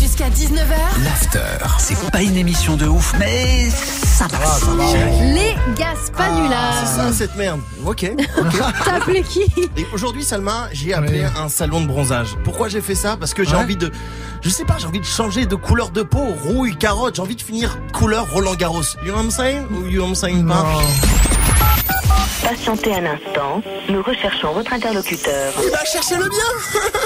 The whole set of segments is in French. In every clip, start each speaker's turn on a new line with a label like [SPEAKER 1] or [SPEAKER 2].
[SPEAKER 1] jusqu'à 19h.
[SPEAKER 2] L'after, c'est pas une émission de ouf, mais ça passe.
[SPEAKER 3] Ah,
[SPEAKER 1] Les Gaspanulas.
[SPEAKER 3] bah C'est ça cette merde. Ok.
[SPEAKER 1] T'as appelé qui
[SPEAKER 3] Et aujourd'hui, Salma, j'ai appelé
[SPEAKER 4] Oui.
[SPEAKER 3] un salon de bronzage. Pourquoi j'ai fait ça Parce que j'ai
[SPEAKER 4] Ouais.
[SPEAKER 3] envie de, je sais pas, j'ai envie de changer de couleur de peau, rouille, carotte. J'ai envie de finir couleur Roland Garros. You know what I'm saying Ou you know what I'm saying pas
[SPEAKER 5] Patientez un instant, nous recherchons votre interlocuteur.
[SPEAKER 3] Il va chercher le Eh ben, bien.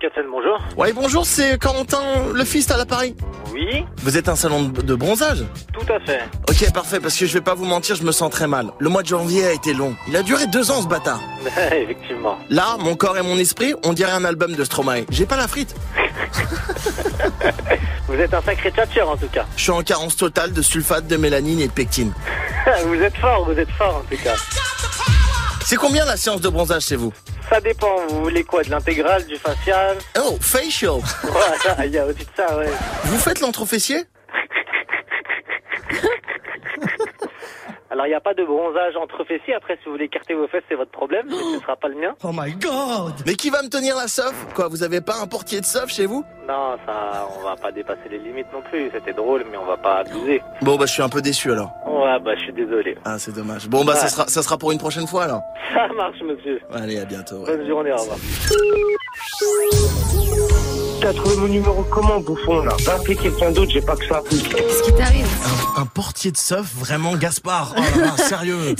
[SPEAKER 6] Captain, bonjour.
[SPEAKER 3] Ouais, bonjour, c'est Corentin, le fils à l'appareil.
[SPEAKER 6] Oui,
[SPEAKER 3] Vous êtes un salon de de bronzage
[SPEAKER 6] tout à fait.
[SPEAKER 3] Ok, parfait. Parce que je vais pas vous mentir, je me sens très mal. Le mois de janvier a été long. Il a duré deux ans ce bâtard.
[SPEAKER 6] Effectivement.
[SPEAKER 3] Là, mon corps et mon esprit, on dirait un album de Stromae. J'ai pas la frite.
[SPEAKER 6] Vous êtes un sacré tchatcheur en tout cas.
[SPEAKER 3] Je suis en carence totale de sulfate, de mélanine et de pectine.
[SPEAKER 6] vous êtes fort, vous êtes fort en tout cas.
[SPEAKER 3] C'est combien la séance de bronzage chez vous
[SPEAKER 6] Ça dépend, vous voulez quoi De l'intégrale, du facial
[SPEAKER 3] Oh, facial
[SPEAKER 6] Voilà, il y a aussi de ça, ouais.
[SPEAKER 3] Vous faites l'entrefessier
[SPEAKER 6] Alors il n'y a pas de bronzage entre fessiers, après si vous voulez écarter vos fesses, c'est votre problème, mais ce ne sera pas le mien.
[SPEAKER 4] Oh my god
[SPEAKER 3] Mais qui va me tenir la soif Quoi, vous avez pas un portier de soif chez vous
[SPEAKER 6] Non, ça, on va pas dépasser les limites non plus, c'était drôle, mais on va pas abuser.
[SPEAKER 3] Bon, bah je suis un peu déçu alors.
[SPEAKER 6] Ouais, bah je suis désolé.
[SPEAKER 3] Ah, c'est dommage. Bon, bah ça,
[SPEAKER 6] Ouais.
[SPEAKER 3] sera, ça sera pour une prochaine fois alors.
[SPEAKER 6] Ça marche monsieur.
[SPEAKER 3] Allez, à bientôt. ouais.
[SPEAKER 6] Bonne journée, au revoir.
[SPEAKER 7] T'as trouvé mon numéro comment, bouffon, là Va appeler quelqu'un d'autre, j'ai pas que ça.
[SPEAKER 1] Qu'est-ce qui t'arrive
[SPEAKER 3] Un, un portier de soif, vraiment, Gaspard Oh là là, sérieux